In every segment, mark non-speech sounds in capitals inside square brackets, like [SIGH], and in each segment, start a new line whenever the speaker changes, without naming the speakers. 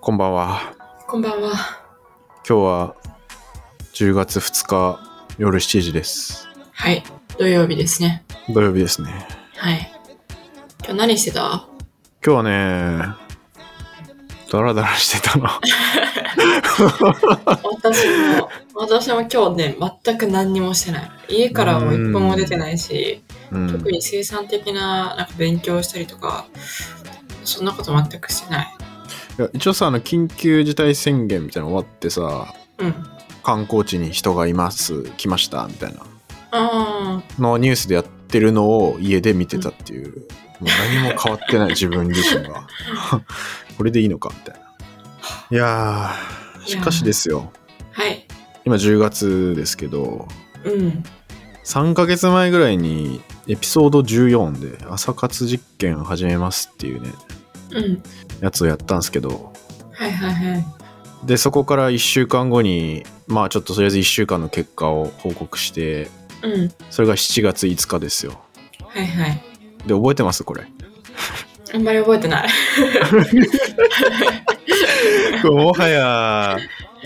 こんばんは。
こんばんは。
今日は10月2日夜7時です。
はい。土曜日ですね。
土曜日ですね。
はい。今日何し
[LAUGHS]
てた
今日はね、ダラダラしてた
[LAUGHS]
の。
私も、私も今日ね、全く何にもしてない。家からも一歩も出てないし、
うん、
特に生産的な、なんか勉強したりとか、そんなこと全くしてない。
いや一応さ、あの、緊急事態宣言みたいなの終わってさ、
うん。
観光地に人がいます、来ました、みたいな
あ
のニュースでやってるのを家で見てたっていう。もう何も変わってない自分自身
[LAUGHS]
が。これでいいのか、みたいな。いやー、しかしですよ。
あ。はい。
今10月ですけど、
うん。
3ヶ月前ぐらいにエピソード14で朝活実験始めますっていうね
うん。
やつをやったんですけど
はいはいはい。
でそこから1週間後にまあちょっととりあえず1週間の結果を報告して
うん。
それが7月5日ですよ
はいはい。
で覚えてますこれ
あんまり覚えてない。
[LAUGHS]
[LAUGHS]
もはや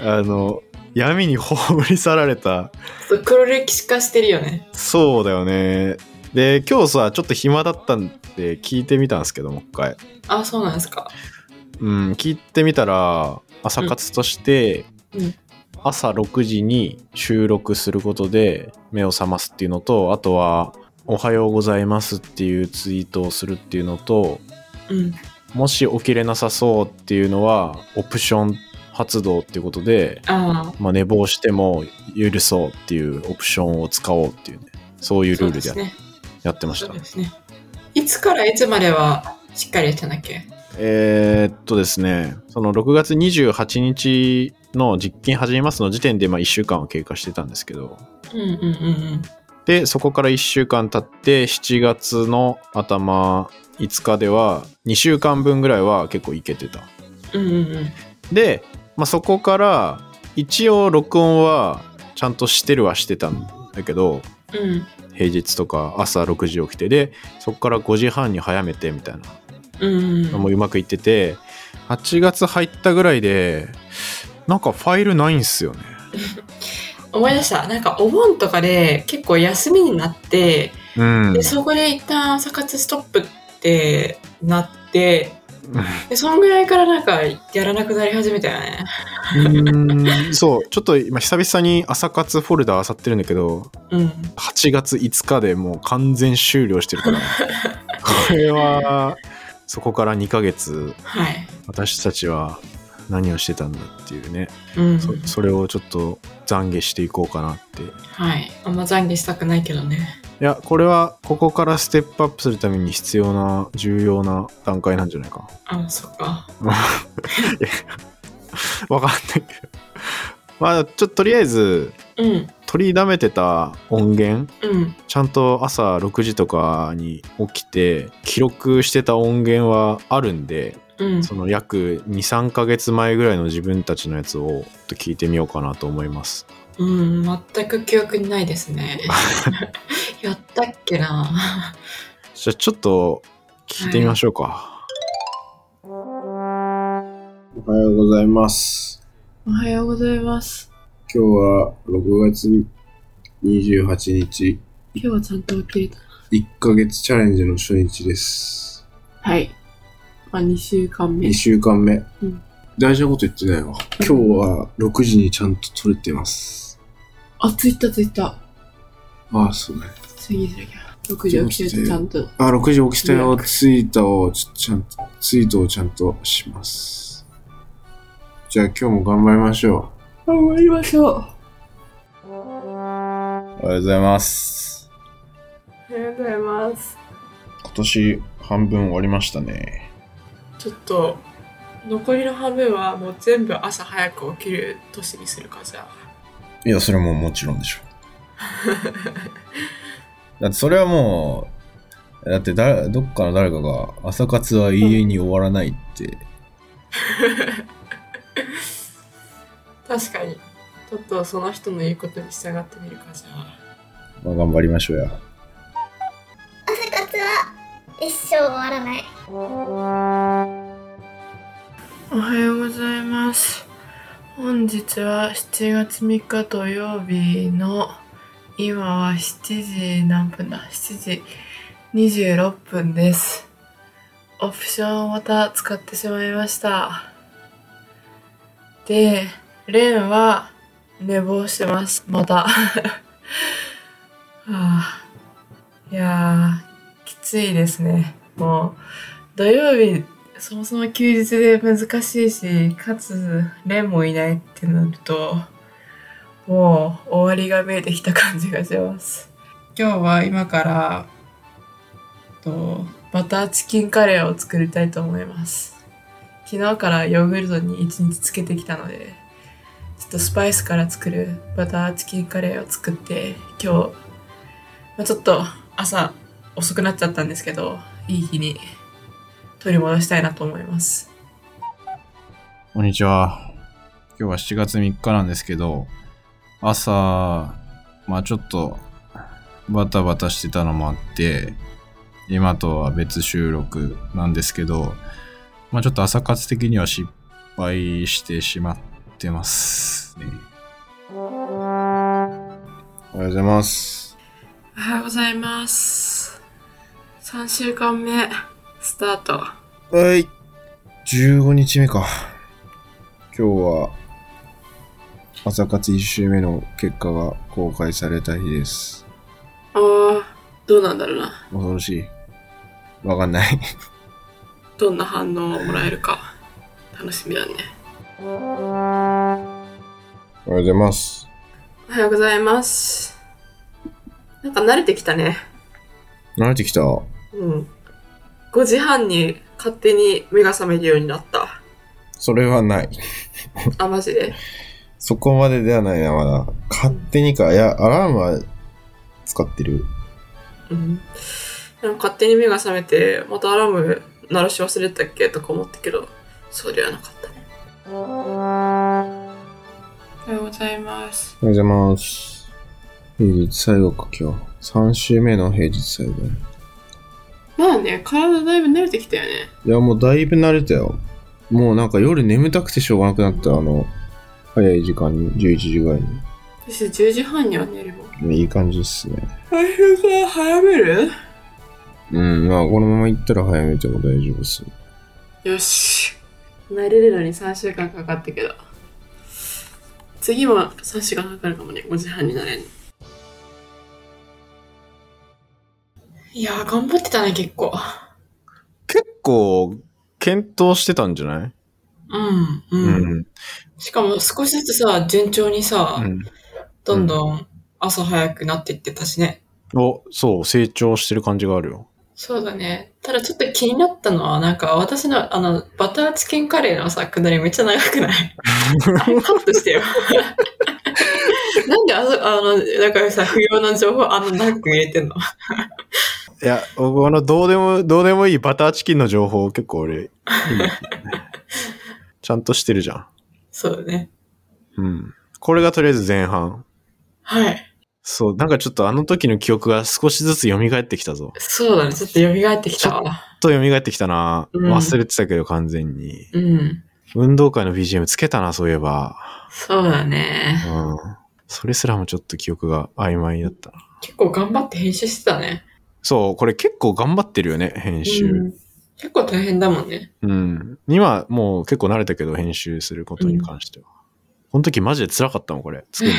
あの闇に葬り去られた
ちょっと黒歴史化してるよね。
そうだよねで今日さちょっと暇だったんで聞いてみたんですけどもう一回
あ、そうなんですか。
うん、聞いてみたら朝活として
うんうん
朝6時に収録することで目を覚ますっていうのとあとは「おはようございます」っていうツイートをするっていうのと
うん。
もし起きれなさそうっていうのはオプション発動っていうことで、
あ
まあ、寝坊しても許そうっていうオプションを使おうっていうねそうい
あ。
う
そ
ル
う
ール
で
でや
すね。
やってまし
そ
た
うですね。いつからいつまではしっかりやってたんだっけ
えーっとですね、その6月28日の実験始めますの時点で、まあ、1週間は経過してたんですけど、
うんうんうん
で、そこから1週間経って、7月の頭5日では、2週間分ぐらいは結構いけてた。
うん。うんうんうん。
で、まあ、そこから、一応録音はちゃんとしてるはしてたんだけど、
うん
平日とか朝6時起きてで、そこから5時半に早めてみたいな
うんうん。
もううまくいってて8月入ったぐらいでなんかファイルないんすよね
思い出した。なんかお盆とかで結構休みになって、
うん
でそこで一旦朝活ストップってな
[LAUGHS]
って、でそんぐらいからなんかやらなくなり始めたよね。
うんそうちょっと今久々に朝活フォルダ漁ってるんだけど
うん。
8月5日でもう完全終了してる
[LAUGHS]
からこれはそこから2ヶ月
はい。
私たちは何をしてたんだっていうね、
うん。
そそれをちょっと懺悔していこうかなって
はい。あんま懺悔したくないけどね。
いやこれはここからステップアップするために必要な重要な段階なんじゃないか
あ、そっか。
わかんないけどまあちょっととりあえず
うん。
取りだめてた音源
うん。
ちゃんと朝6時とかに起きて記録してた音源はあるんで
うん。
その約23ヶ月前ぐらいの自分たちのやつをちょっと聞いてみようかなと思います
うん、全く記憶にないですね。やったっけな。
じゃあちょっと聞いてみましょうか、おはようございます
おはようございます。
今日は6月28日、
今日はちゃんと起きれた。
1ヶ月チャレンジの初日です。
はい。まあ、2週間目
2。週間目。
うん
大事なこと言ってないわ。今日は6時にちゃんと撮れてます。
あ、着いた着いた。
ああ、そうね。
すぎすぎ。6時起きれた、ちゃんと。
ああ、6時起きた
リラ
よ。
ック
ツイートをちょちゃんと、ツイートをちゃんとします。じゃあ今日も頑張りましょ
頑張りましょう。おは
う。おはようございます。
ようございます。
今年半分終わりましたね。
ちょっと、残りの半分はもう全部朝早く起きる年にするかじゃあ。
いや、それももちろんでしょう。だってそれはもう、だってだどっかの誰かが朝活は永遠に終わらないって、
確かに。ちょっとその人の言うことに従ってみるかじゃあ。
まあ、頑張りましょうや。
朝活は一生終わらない
おはようございます。本日は7月3日土曜日の今は7時何分だ ?7 時26分です。オプションをまた使ってしまいました。で、レンは寝坊してます。また。は [LAUGHS] あ、いやー、きついですね。もう、土曜日そもそも休日で難しいしかつレンもいないってなるともう終わりが見えてきた感じがします今日は今からとバターチキンカレーを作りたいと思います昨日からヨーグルトに一日つけてきたのでちょっとスパイスから作るバターチキンカレーを作って今日、まあ、ちょっと朝遅くなっちゃったんですけどいい日に取り戻したいなと思います。
こんにちは。今日は7月3日なんですけど、朝、まあちょっとバタバタしてたのもあって、今とは別収録なんですけど、まあちょっと朝活的には失敗してしまってますね。おはようございます。
おはようございます。3週間目、スタート。
はい。15日目か。今日は、朝活1週目の結果が公開された日です。
ああ、どうなんだろうな。
恐ろしい。わかんない。
どんな反応をもらえるか、楽しみだね。
おはようございます。
おはようございます。なんか慣れてきたね。
慣れてきた。
うん。5時半に勝手に目が覚めるようになった。
それはない。
あ、マジで。
そこまでではないな、まだ。勝手にか。いや、アラームは使ってる。
うん。でも勝手に目が覚めて、またアラーム鳴らし忘れてたっけとか思ったけど、そうではなかったね。おはようございます。
おはようございます。平日最後か、今日。3週目の平日最後だね。
まあね、体だいぶ慣れてきたよね。
いや、もうだいぶ慣れたよ。もうなんか夜眠たくてしょうがなくなった、あの、早い時間に、11時ぐらい
私10時半には寝るもん。
に。いい感じっすね。
最初から早める
うん、まあこのまま行ったら早めても大丈夫っす。
よし。慣れるのに3週間かかったけど。次は3週間かかるかもね、5時半になれんの。いやー、頑張ってたね、結構。
結構、検討してたんじゃない
うん、う。
うんん。
しかも少しずつさ、順調にさ、
うん
どんどん朝早くなっていってたしね。
お、そう、成長してる感じがあるよ。
そうだね。ただちょっと気になったのは、なんか私のあの、バターチキンカレーのさ、くだりめっちゃ長くない
[LAUGHS]
あれカットしてよ。 [LAUGHS] なんであそ、あの、なんかさ、不要な情報あの長く入れてんの
いや、僕あの、どうでも、どうでもいいバターチキンの情報結構俺、いい [LAUGHS] ちゃんとしてるじゃ
そうだね。
ん。うん。これがとりあえず前半。
はい。
そう、なんかちょっとあの時の記憶が少しずつ蘇ってきたぞ。
そうだね。ちょっと蘇ってきたわ。
ちょっと蘇ってきたな。
うん
忘れてたけど完全に。
うん。
運動会の BGM つけたな、そういえば。
そうだ
う
ね。
ん。それすらもちょっと記憶が曖昧だったな。
結構頑張って編集してたね。
そう、これ結構頑張ってるよね、編
う
集。
ん結構大変だもんね。
うん。今、もう結構慣れたけど、編集することに関しては。この時マジで辛かったもん、これ。作る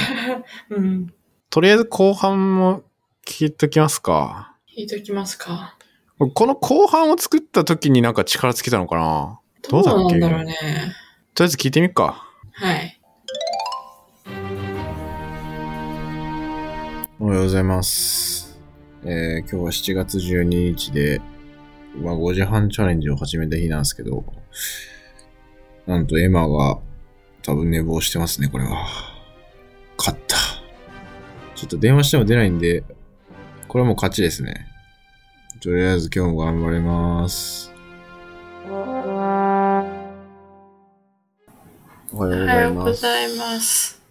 の [LAUGHS]
うん。
とりあえず後半も聞いときますか。
聞いときますか。
この後半を作った時になんか力つけたのかなどう
どう
だっ
な
け
んだろうね。
とりあえず聞いてみっか。
はい。
おはようございます。えー、今日は7月12日で、まあ5時半チャレンジを始めた日なんですけど、なんとエマが多分寝坊してますね、これは。勝った。ちょっと電話しても出ないんで、これはもう勝ちですね。とりあえず今日も頑張れます。おは
おはようございます。
[LAUGHS]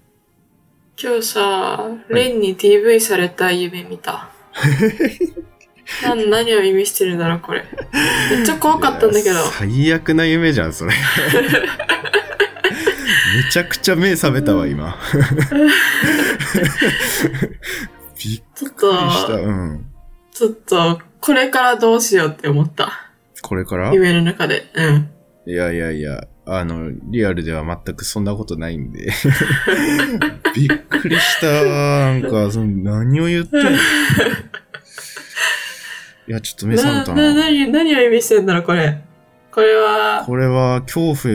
今日さ、レンに DV された夢見た。な何を意味してるんだろう、これ。めっちゃ怖かったんだけ
い
ど
や。最悪な夢じゃん、
[LAUGHS]
それ。めちゃくちゃ目覚めたわ、今。びっくり
ちょっ
した。
と、
うん。
ちょっと、これからどうしようって思った。
これからい
夢の中で。うん。
やいやいや、あの、リアルでは全くそんなことないんで。 [LAUGHS] びっくりした。なんか、その、何を言ってん
[LAUGHS]
のいや、ちょっと目覚めたな。
何、何を意味してんだろう、これ。これは、
これは恐怖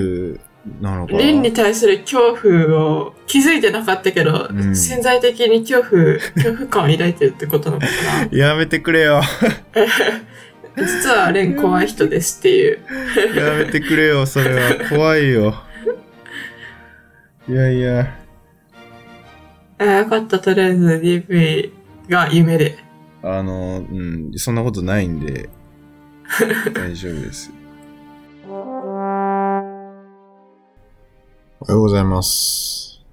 なのかな
凛に対する恐怖を気づいてなかったけど、
うん
潜在的に恐怖、恐怖感を抱いてるってことなのかな
やめてくれ
[LAUGHS]
よ。
実は蓮怖い人ですっていう。
やめてくれよ、それは。怖いよ。いやいや。
あーよかった、とりあえず DV が夢で。
あの、うん、そんなことないんで、大丈夫です。おはようございます。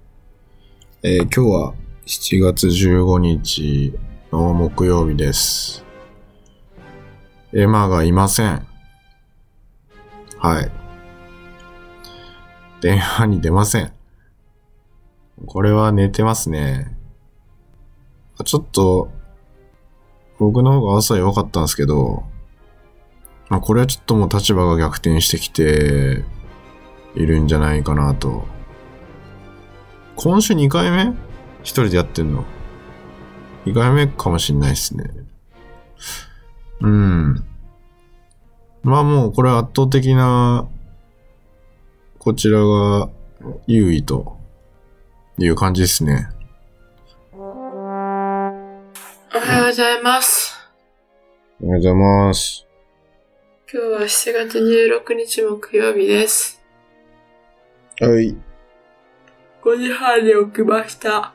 えー今日は7月15日の木曜日です。エマがいません。はい。電話に出ません。これは寝てますね。ちょっと、僕の方が朝弱かったんですけど、まあ、これはちょっともう立場が逆転してきているんじゃないかなと。今週2回目一人でやってんの。2回目かもしんないですね。うん。まあもうこれは圧倒的な、こちらが優位という感じですね。
おはようございます。
おはようございます。
今日は7月16日木曜日です。
はい。
5時半に起きました。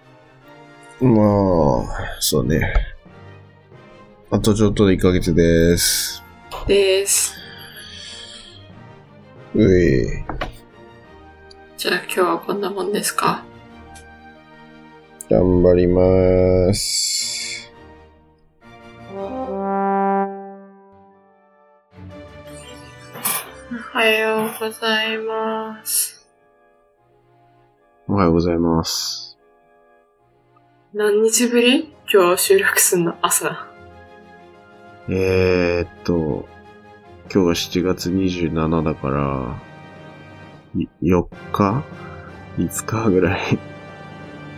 まあ、そうね。あとちょっとで1ヶ月です。
です。
うい。
じゃあ今日はこんなもんですか
頑張ります。
おはようございます。
おはようございます。
何日ぶり今日収録すんの朝。
えー、っと、今日は7月27だから、い4日 ?5 日ぐらい。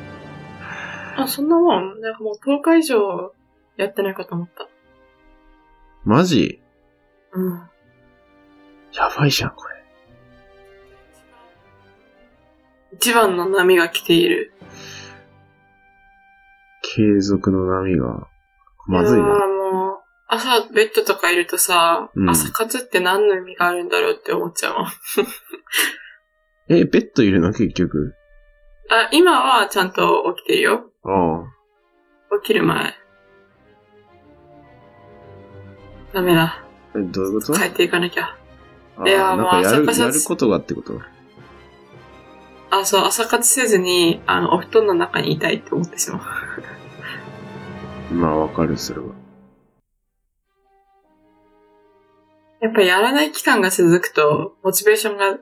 [LAUGHS]
あ、そんなもんなんかもう10日以上やってないかと思った。
マジ
うん。
やばいじゃん、これ。
一番の波が来ている。
継続の波が。まずい
や
な。
ーもう、朝ベッドとかいるとさ、
うん
朝活って何の意味があるんだろうって思っちゃうもん。
え、ベッドいるの結局。
あ、今はちゃんと起きてるよ。
ああ。
起きる前。ダメだ。
え、どういうこと
帰っていかなきゃ。
ああ
いやもう
なんか
朝
やる、
霞
やることがってこと
あ、そう、朝活せずに、あの、お布団の中にいたいって思ってしまう。
まあ、わかる、それは。
やっぱやらない期間が続くと、モチベーションが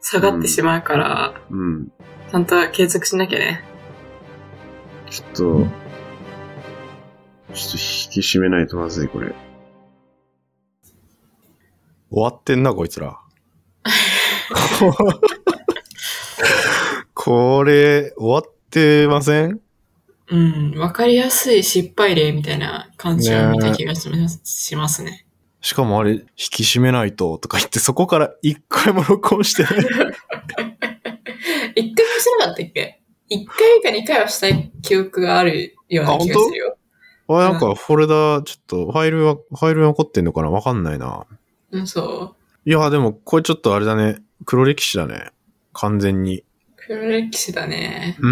下がってしまうから、
うん。
ちゃんと継続しなきゃね。
ちょっと、ちょっと引き締めないとまずい、これ。
終わってんな、こいつら。 [LAUGHS] これ、終わってません
うん、わかりやすい失敗例みたいな感じを見た気がしますしますね。
しかもあれ、引き締めないと、とか言って、そこから一回も録音してない。
一回もしてなかったっけ一回か二回はしたい記憶があるような気がするよ。
あ、なんか、フォルダ、ちょっと、ファイルは、ファイルに残ってんのかなわかんないな。
うん、そう。
いや、でも、これちょっとあれだね。黒歴史だね。完全に。
黒歴史だね。
う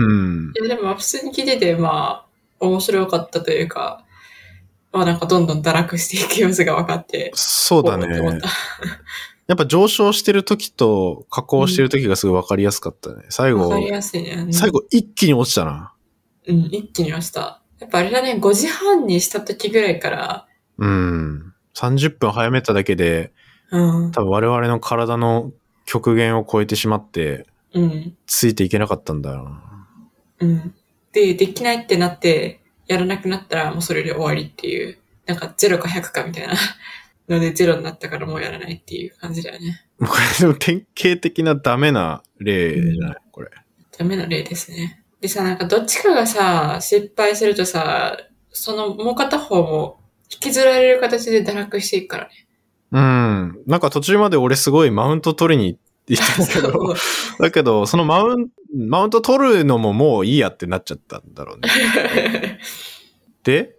ん。
いや、でも普通に聞いてて、まあ、面白かったというか、まあなんかどんどん堕落していく様子が分かって。
そうだ
こ思っ
ね
て。
やっぱ上昇してる時と加工してる時がすごい分かりやすかったね。最
思っ
後
た。わか、りやすいね。
最後一気に落ちたな。
うん、一気に押した。やっぱあれだね、5時半にした時ぐらいから、
うん。30分早めただけで、
うん。
多分我々の体の極限を超えてしまって、
うん。
ついていけなかったんだよな。 [LAUGHS]
うん。で、できないってなって、やらなくなったらもうそれで終わりっていう、なんか0か100かみたいなので0になったからもうやらないっていう感じだよね。
これでも典型的なダメな例じゃないこれ。
ダメな例ですね。でさ、なんかどっちかがさ、失敗するとさ、そのもう片方も引きずられる形で堕落していくからね。
うん。なんか途中まで俺すごいマウント取りに行ったんだけ
[LAUGHS]
ど、
そう
だけど、そのマウン、マウント取るのももういいやってなっちゃったんだろうね。で、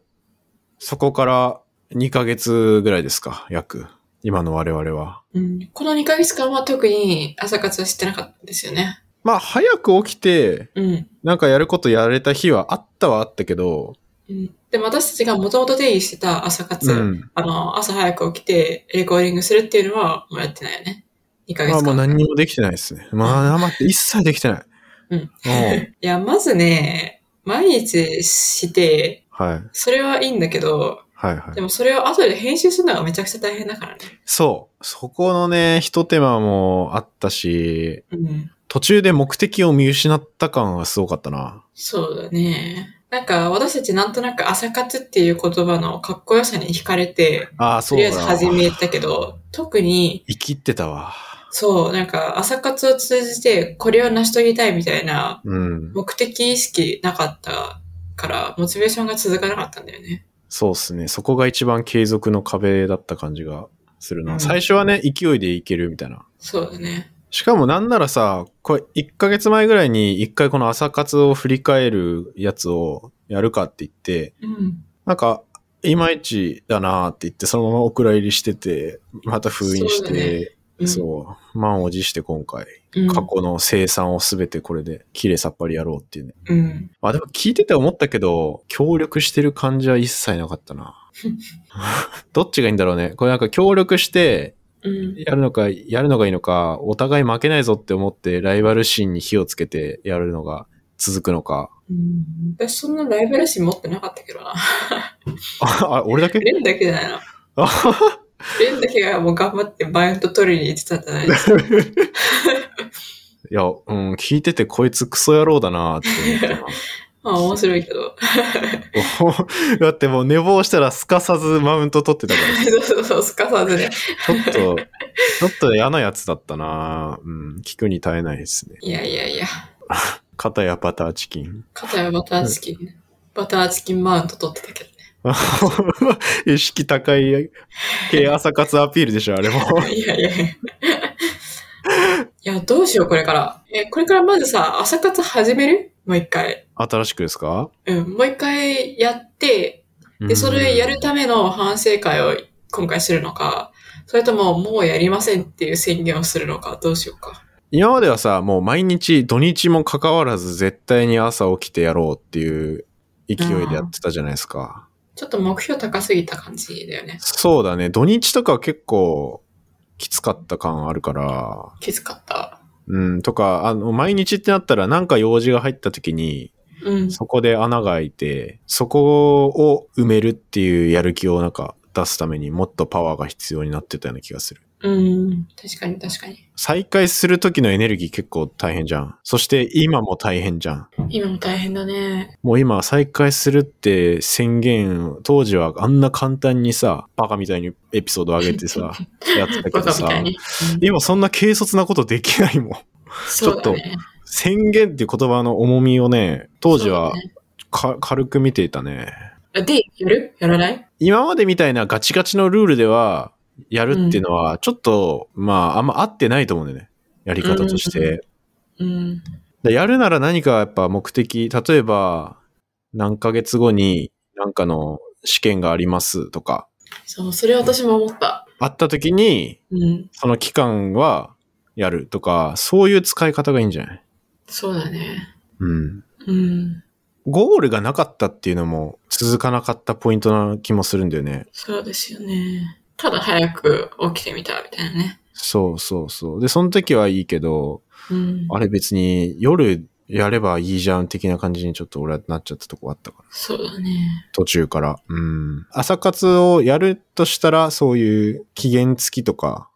そこから2ヶ月ぐらいですか、約。今の我々は。
うんこの2ヶ月間は特に朝活はしてなかったんですよね。
まあ、早く起きて、
うん。
なんかやることやれた日はあったはあったけど、
うんでも私たちがもともと定義してた朝活、
うん。
あの、朝早く起きてレコーディングするっていうのはもうやってないよね。2ヶ
まあ、
月
もう
間。
何にもできてないですね。まあ、待って、一切できてない。
うん
ん
[LAUGHS] いや、まずね、毎日して、
はい。
それはいいんだけど、
はいはい
で。もそれを後で編集するのがめちゃくちゃ大変だからね。
そう。そこのね、一手間もあったし、
うん。
途中で目的を見失った感がすごかったな。
そうだね。なんか私たちなんとなく朝活っていう言葉のかっこよさに惹かれて、
ああ、
と
そう
りあ
だ
え
な。
ず始めたけど、特に
生きってたわ。
そう、なんか朝活を通じてこれを成し遂げたいみたいな
うん。
目的意識なかったから、モチベーションが続かなかったんだよね。
そうっすね。そこが一番継続の壁だった感じがするな。
うん
最初はね、勢いでいけるみたいな。
そうだね。
しかもなんならさ、これ1ヶ月前ぐらいに一回この朝活を振り返るやつをやるかって言って、
うん。
なんか、いまいちだなーって言って、そのままお蔵入りしてて、また封印し
そうだね
て、そう。満を持して今回、
うん。
過去の生産をすべてこれで、きれいさっぱりやろうっていうね。
うん。
まあでも聞いてて思ったけど、協力してる感じは一切なかったな。どっちがいいんだろうね。これなんか協力して、
うん。
やるのか、やるのがいいのか、お互い負けないぞって思って、ライバル心に火をつけてやるのが続くのか。
うん、私そんなライバル心持ってなかったけどな。 [LAUGHS]
あ、あ俺だけ
レンだけじゃ
[LAUGHS]
ないの。
あ
レンだけがもう頑張ってバイト取りに行ってたんじゃないですか。
いや、うん、聞いててこいつクソ野郎だなって思ったな。
[LAUGHS] まあ面白いけど。 [LAUGHS]
お [LAUGHS] だってもう寝坊したらすかさずマウント取ってたから。
そうそうそう、すかさずね。
ちょっと、ちょっと嫌なやつだったなうん、聞くに耐えないですね。
いやいやいや。
片やバターチキン。
片やバターチキン、バターチキンマウント取ってたけどね。
[LAUGHS] 意識高い系朝活アピールでしょ、あ
[LAUGHS]
れも。
いやいやいや。いや、どうしよう、これから。え、これからまずさ、朝活始めるもう一回。
新しくですか
うん、もう一回やって、で、それやるための反省会を今回するのか、それとももうやりませんっていう宣言をするのか、どうしようか。
今まではさ、もう毎日、土日も関わらず絶対に朝起きてやろうっていう勢いでやってたじゃないですか。
ちょっと目標高すぎた感じだよね。
そうだね。土日とか結構きつかった感あるから、
きつかった。
うん、とか、あの、毎日ってなったら、なんか用事が入った時に、
うん。
そこで穴が開いて、そこを埋めるっていうやる気をなんか出すためにもっとパワーが必要になってたような気がする。
うん。確かに確かに。
再開する時のエネルギー結構大変じゃん。そして今も大変じゃん。
今も大変だね。
もう今再開するって宣言、当時はあんな簡単にさ、バカみたいにエピソード上げて
[LAUGHS]
さ、やってたけど
バカみた
さ
い、に。うん
今そんな軽率なことできないもん。
そうだね。
宣言っていう言葉の重みをね、当時はか軽く見ていたね。
そうだね。で、やるやらない
今までみたいなガチガチのルールでは、やるっていうのは、ちょっと、まあ、あんま合ってないと思うんだよね。やり方として。
うんうん。
でやるなら何かやっぱ目的、例えば、何ヶ月後に何かの試験がありますとか、
そう、それ私も思った。
あった時に、
うん。
その期間はやるとか、そういう使い方がいいんじゃない
そうだね。
うん。
うん。
ゴールがなかったっていうのも続かなかったポイントな気もするんだよね。
そうですよね。ただ早く起きてみたみたいなね。
そうそうそう。で、その時はいいけど、
うん。
あれ別に夜やればいいじゃん的な感じにちょっと俺はなっちゃったとこあったから。
そうだね。
途中から。うん。朝活をやるとしたら、そういう期限付きとか。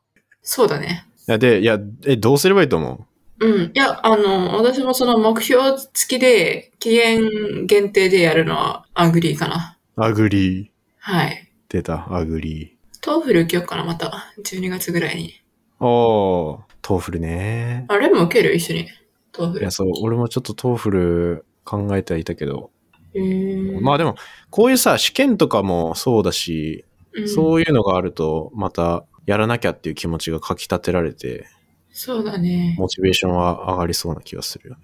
そうだね。
いやで、いや、え、どうすればいいと思
うん。いや、あの、私もその目標付きで、期限限定でやるのはアグリーかな。
うアグリー。
はい。
出た、アグリ
トーフル受けようかな、また。12月ぐらいに。
ー。おー、トーフルね。
あれも受ける一緒に。トーフ
い
ル
や、。そう、俺もちょっとトーフル考えてはいたけど。
えー
まあでも、こういうさ、試験とかもそうだし、
うん
そういうのがあると、また、やらなきゃっていう気持ちがかき立てられて、
そうだね。
モチベーションは上がりそうな気がするよね。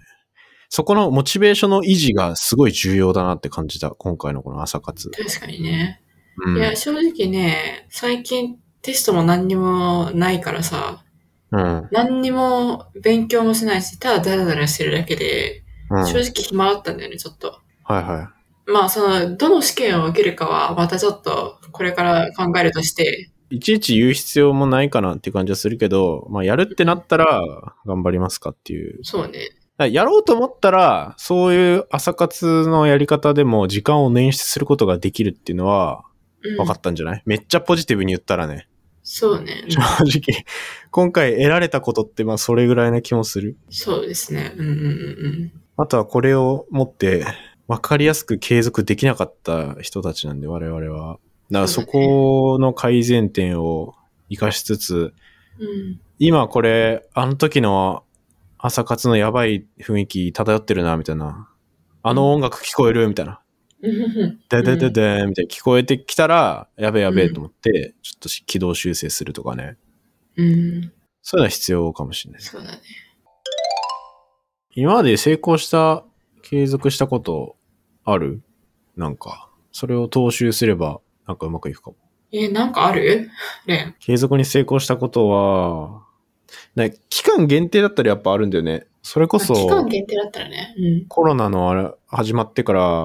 そこのモチベーションの維持がすごい重要だなって感じた、今回のこの朝活。
確かにね。
う
いや、
ん。
正直ね、最近テストも何にもないからさ、
うん。
何にも勉強もしないし、ただダラダラしてるだけで、
うん。はい
正直暇だったんだよね、ちょっと。
は
まあ、その、どの試験を受けるかは、またちょっと、これから考えるとして、
い。いちいち言う必要もないかなっていう感じはするけど、まあ、やるってなったら、頑張りますかっていう
そうね。
だからやろうと思ったら、そういう朝活のやり方でも時間を捻出することができるっていうのは
うん、
分かったんじゃない、めっちゃポジティブに言ったらね。
そうね。
正直、今回得られたことってまあそれぐらいな気もする。
そうですね。うんうんうん
あとはこれをもって分かりやすく継続できなかった人たちなんで我々は。だからそこの改善点を活かしつつ、
うん。うん。
今これ、あの時の朝活のやばい雰囲気漂ってるな、みたいな。あの音楽聞こえるみたいな。
うんうんうん
ででででみたいな聞こえてきたら、やべえやべえ
うん
と思って、ちょっとし軌道修正するとかね。
うん。
そういうのは必要かもしれない。
そうだね。
今まで成功した、継続したことあるなんか、それを踏襲すれば、なんかうまくいくかも。
え、なんかあるレン。
継続に成功したことは、ね、期間限定だったらやっぱあるんだよね。それこそ
あ、期間限定だったらね。うん。
コロナのあれ、始まってから、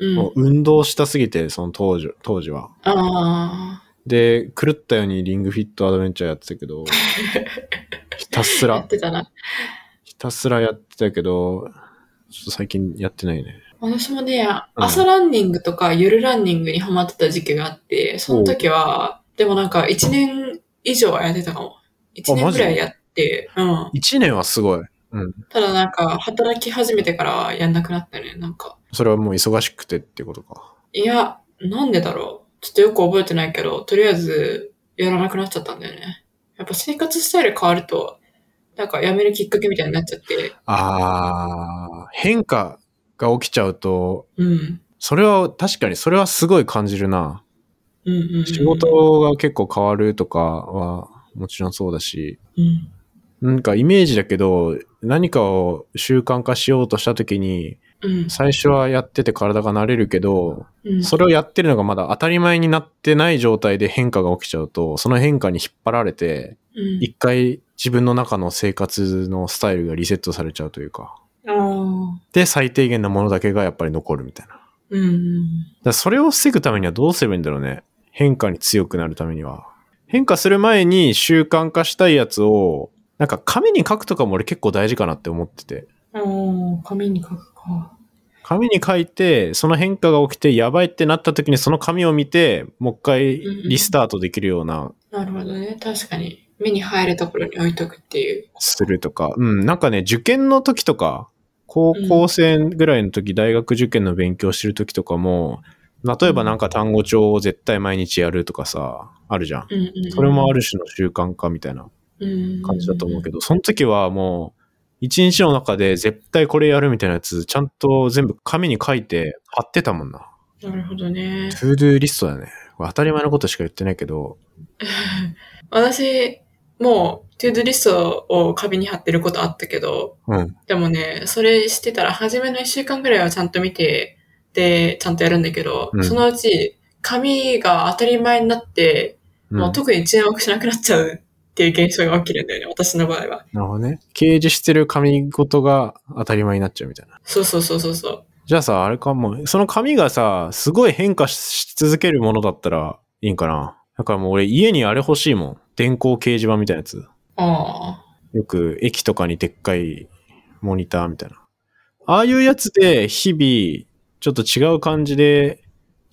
う
も
ん。
う運動したすぎて、その当時、当時は。
あ
で、狂ったようにリングフィットアドベンチャーやってたけ
[LAUGHS]
ど、ひたす
あ。や
ら
っ、てたな。
ひたすらやってたけど、ちょっと最近やってないね。
私もね、朝ランニングとか夜ランニングにハマってた時期があって、その時は、でもなんか1年以上はやってたかも。1
あマ
年
ジ
ぐらいやって、うん。
1年はすごい。
ただなんか、働き始めてからはやんなくなったね、なんか。
それはもう忙しくてってことか。
いや、なんでだろう。ちょっとよく覚えてないけど、とりあえずやらなくなっちゃったんだよね。やっぱ生活スタイル変わると、なんかやめるきっかけみたいになっちゃって、
あー、変化が起きちゃうと、
うん。
それは確かにそれはすごい感じるな。
うんうん、うん。
仕事が結構変わるとかはもちろんそうだし、
うん。
なんかイメージだけど、何かを習慣化しようとした時に、
うん。
最初はやってて体が慣れるけど、
うん。
それをやってるのがまだ当たり前になってない状態で変化が起きちゃうと、その変化に引っ張られて、
うん
一回自分の中の生活のスタイルがリセットされちゃうというか、
ああ。
で、最低限のものだけがやっぱり残るみたいな。だか
うんうん。
らそれを防ぐためにはどうすればいいんだろうね。変化に強くなるためには。変化する前に習慣化したいやつを、なんか紙に書くとかも俺結構大事かなって思ってて。
ああ、紙に書くか。
紙に書いて、その変化が起きて、やばいってなった時にその紙を見て、もう一回リスタートできるような、
なるほどね。確かに。目に入るところに置いとくっていう。
するとか。うん、なんかね、受験の時とか、高校生ぐらいの時、大学受験の勉強してる時とかも、例えばなんか単語帳を絶対毎日やるとかさ、あるじゃん。
うんうんうん。
それもある種の習慣化みたいな感じだと思うけど、その時はもう、一日の中で絶対これやるみたいなやつ、ちゃんと全部紙に書いて貼ってたもんな。
ど。なるほどね。 [LAUGHS]
トゥードゥーリストだね。これ当たり前のことしか言ってないけど、
私、もう、トゥードゥリストを壁に貼ってることあったけど、
うん。
でもね、それしてたら、初めの一週間ぐらいはちゃんと見て、で、ちゃんとやるんだけど、
うん
そのうち、紙が当たり前になって、
うん
もう特に注目しなくなっちゃうっていう現象が起きるんだよね、私の場合は。
なるほどね。掲示してる紙事が当たり前になっちゃうみたいな。
そうそうそうそうそう。
じゃあさ、あれかもう、その紙がさ、すごい変化しし続けるものだったらいいんかな。だからもう俺家にあれ欲しいもん。電光掲示板みたいなやつ。
ああ。
よく駅とかにでっかいモニターみたいな。ああいうやつで日々、ちょっと違う感じで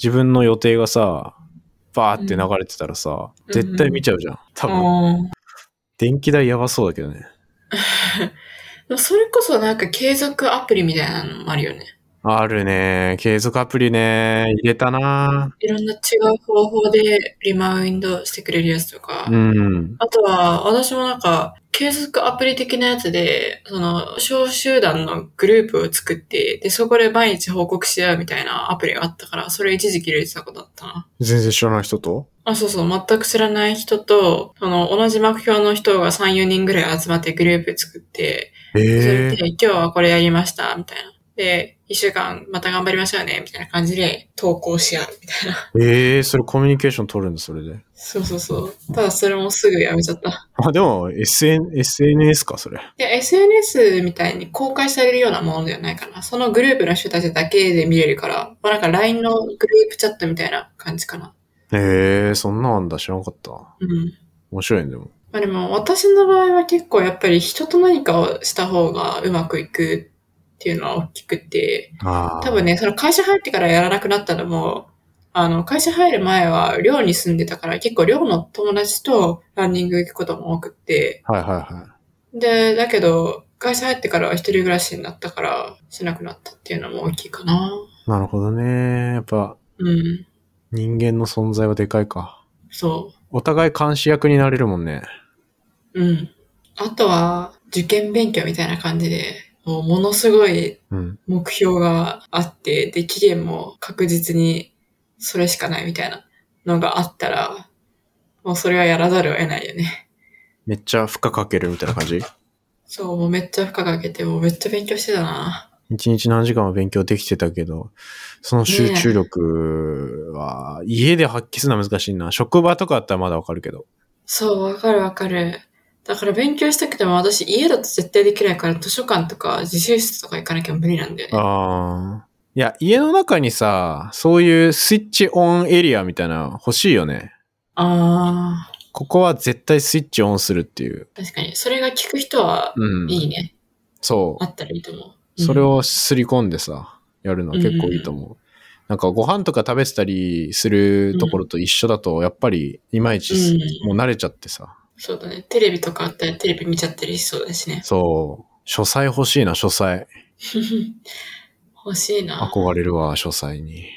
自分の予定がさ、バーって流れてたらさ、
うん
絶対見ちゃうじゃん。多分、
うん
電気代やばそうだけどね。
でもそれこそなんか継続アプリみたいなのもあるよね。
あるね。継続アプリね。入れたない
ろんな違う方法でリマウンドしてくれるやつとか。
うん。
あとは、私もなんか、継続アプリ的なやつで、その、小集団のグループを作って、で、そこで毎日報告し合うみたいなアプリがあったから、それ一時期入れてたことだったな。
全然知らない人と
あ、そうそう、全く知らない人と、その、同じ目標の人が3、4人ぐらい集まってグループ作って、それ
え
で、今日はこれやりました、みたいな。で、1週間また頑張りましょうね、みたいな感じで投稿し合う、みたいな。
ー、えー、それコミュニケーション取るんだ、それで。
そうそうそう。ただそれもすぐやめちゃった。
あ、でも、SN、SNS か、それ。
いや、SNS みたいに公開されるようなものではないかな。そのグループの人たちだけで見れるから、まあ、なんか LINE のグループチャットみたいな感じかな。
えー、そんなんだ、知らなかった。
うん。
面白いね、でも。
まあでも、私の場合は結構やっぱり人と何かをした方がうまくいくっていうのは大きくて、
あ
多分
ね。
ね、その会社入ってからやらなくなったのも、あの、会社入る前は寮に住んでたから結構寮の友達とランニング行くことも多くって、
はいはいはい。
で、だけど、会社入ってからは一人暮らしになったから、しなくなったっていうのも大きいかな。
なるほどね。やっぱ
うん。
人間の存在はでかいか。
そ
お互い監視役になれるもんね。
う。うん。あとは、受験勉強みたいな感じで、もうものすごい
うん。
目標があって、で、期限も確実にそれしかないみたいなのがあったら、もうそれはやらざるを得ないよね。
めっちゃ負荷かけるみたいな感じ
そう、もうめっちゃ負荷かけて、もうめっちゃ勉強してたな。
一日何時間も勉強できてたけど、その集中力は家で発揮するのは難しいな。職場とかだったらまだわかるけど。
そう、わかるわかる。だから勉強したくても私家だと絶対できないから図書館とか自習室とか行かなきゃ無理なんだよね。
ああ。いや、家の中にさ、そういうスイッチオンエリアみたいなの欲しいよね。
あ
ここは絶対スイッチオンするっていう。
ー、確かに。それが聞く人は
うん。
いいね。
そう
あ。ったらいいと思う。
それをすり込んでさ、やるのは結構いいと思う。なんかご飯とか食べてたりするところと一緒だと、やっぱりいまいちす、
う
もう慣れちゃってさ。
うん。そうだね。テレビとかあったらテレビ見ちゃったりしそうだしね。 [LAUGHS]
そう。書斎欲しいな、書斎。
欲しいな。
憧れるわ、書斎に。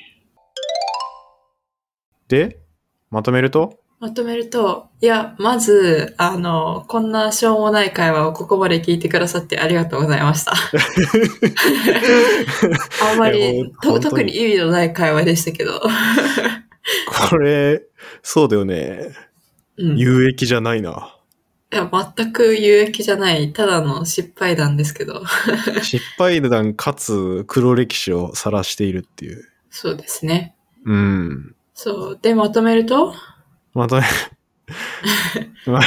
で、まとめると
まとめると、いや、まず、あの、こんなしょうもない会話をここまで聞いてくださってありがとうござい
[LAUGHS]
ました。あんま
いやも
り
う本当に
と特に意味のない会話でしたけど。
これ、そうだよね。
[LAUGHS] うん
有益じゃないな。
いや、全く有益じゃない、ただの失敗談ですけど。
失敗談かつ黒歴史を晒しているっていう。
そうですね。
うん。
そう。で、まとめると
ま
[LAUGHS]
とめ、ま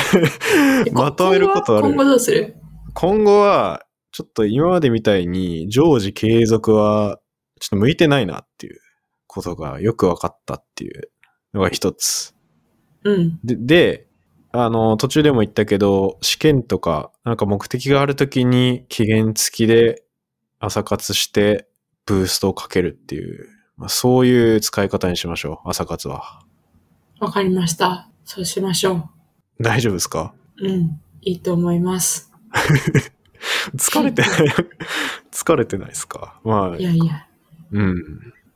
え
まとめることある
今後は今後どうする
今後は、ちょっと今までみたいに常時継続は、ちょっと向いてないなっていうことがよく分かったっていうのが一つ。
うん。
で、であの、途中でも言ったけど、試験とか、なんか目的があるときに期限付きで朝活してブーストをかけるっていう、まあ、そういう使い方にしましょう、朝活は。
わかりました。そうしましょ
大丈夫ですか
う。うん。いいと思います。
疲れてない、疲れてないですかまあ
い、やいや。
うん。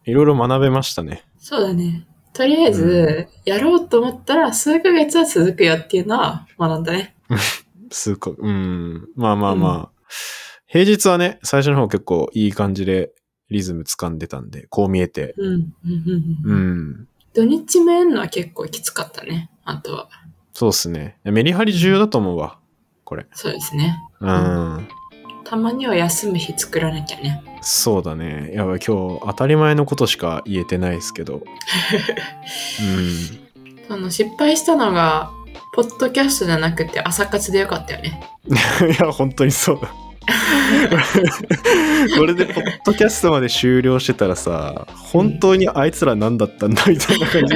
いろいろ学べましたね。
そうだね。とりあえず、やろうと思ったら数ヶ月は続くよっていうのは学んだね。
数か、うん。まあまあまあ。平日はね、最初の方結構いい感じでリズム掴んでたんで、こう見えて。
うん。うんうん
う
うん
ん。
土日めんのは結構きつかったね。あとは。
そうっすね。メリハリ重要だと思うわ。これ。
そうですね。
うん。
たまには休む日作らなきゃね。
そうだね。やばい、今日当たり前のことしか言えてないですけ
[LAUGHS]
ど。うん。
その失敗したのが、ポッドキャストじゃなくて朝活でよかったよね。
[LAUGHS] いや、本当にそう [LAUGHS] だ。これでポッドキャストまで終了してたらさ本当にあいつら何だったんだみたいな
[LAUGHS]
感じ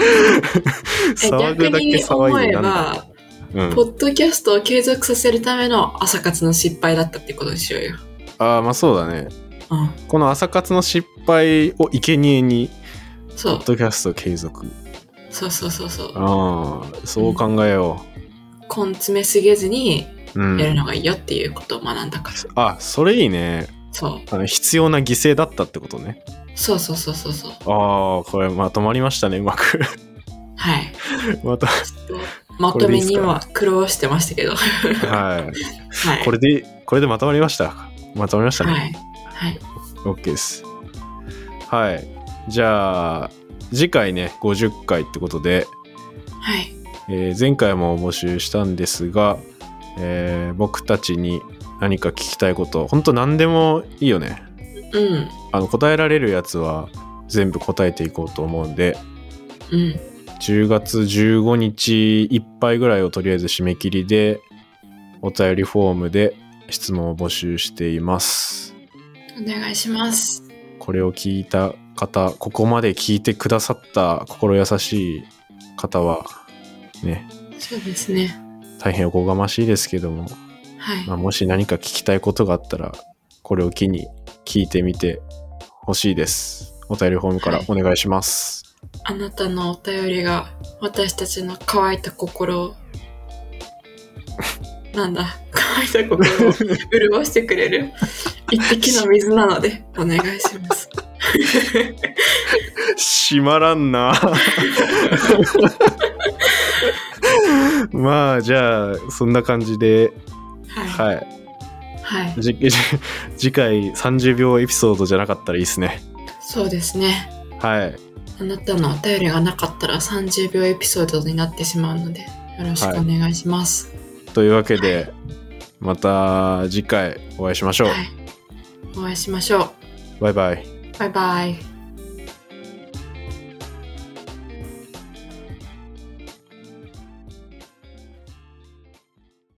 え
騒ぐだけ騒いでなんだ
逆に
うん
ポッドキャストを継続させるための朝活の失敗だったってことにしようよ。
ああ、まあそうだね。
うん。
この朝活の失敗を生贄に、
そ
ポ
う
ッ。ドキャスト継続。
そうそうそうそう。
ああ、そう考えよ
根詰めすぎずに
う。うん。
やるのがいいよっていうことを学んだから。
あ、それいいね。
そう。
あの必要な犠牲だったってことね。
そうそうそうそうそう。
ああ、これまとまりましたね、うまく。 [LAUGHS]
はい。
また、
ちょっとまとめには苦労してましたけど。
は
はい。
い。これで、これでまとまりました。まとまりましたね。
はい。はい。
OK です。はい。じゃあ、次回ね、50回ってことで、
はい。
えー前回も募集したんですが、えー僕たちに何か聞きたいこと、本当何でもいいよね。
うん。
あの、答えられるやつは全部答えていこうと思うんで、
うん。
10月15日いっぱいぐらいをとりあえず締め切りで、お便りフォームで質問を募集しています。
お願いします。
これを聞いた方ここまで聞いてくださった心優しい方はね
そうですね。
大変おこがましいですけども、
はい
まあ、。もし何か聞きたいことがあったらこれを機に聞いてみてほしいですお便りフォームからお願いします、
あなたのお便りが私たちの乾いた心を、 [LAUGHS] なんだ、乾いた心を潤してくれ
[LAUGHS]
る一滴の水なのでお願いします。
閉まらんなまあじゃあそんな感じで
はい。
はい
はい。
じ次回30秒エピソードじゃなかったらいいですね
そうですね。
はい
あなたのお便りがなかったら30秒エピソードになってしまうので、よろしくお願いします。
というわけで、また次回お会いしましょう。
はい、お会いしましょう。
バイバイ。
バイバイ。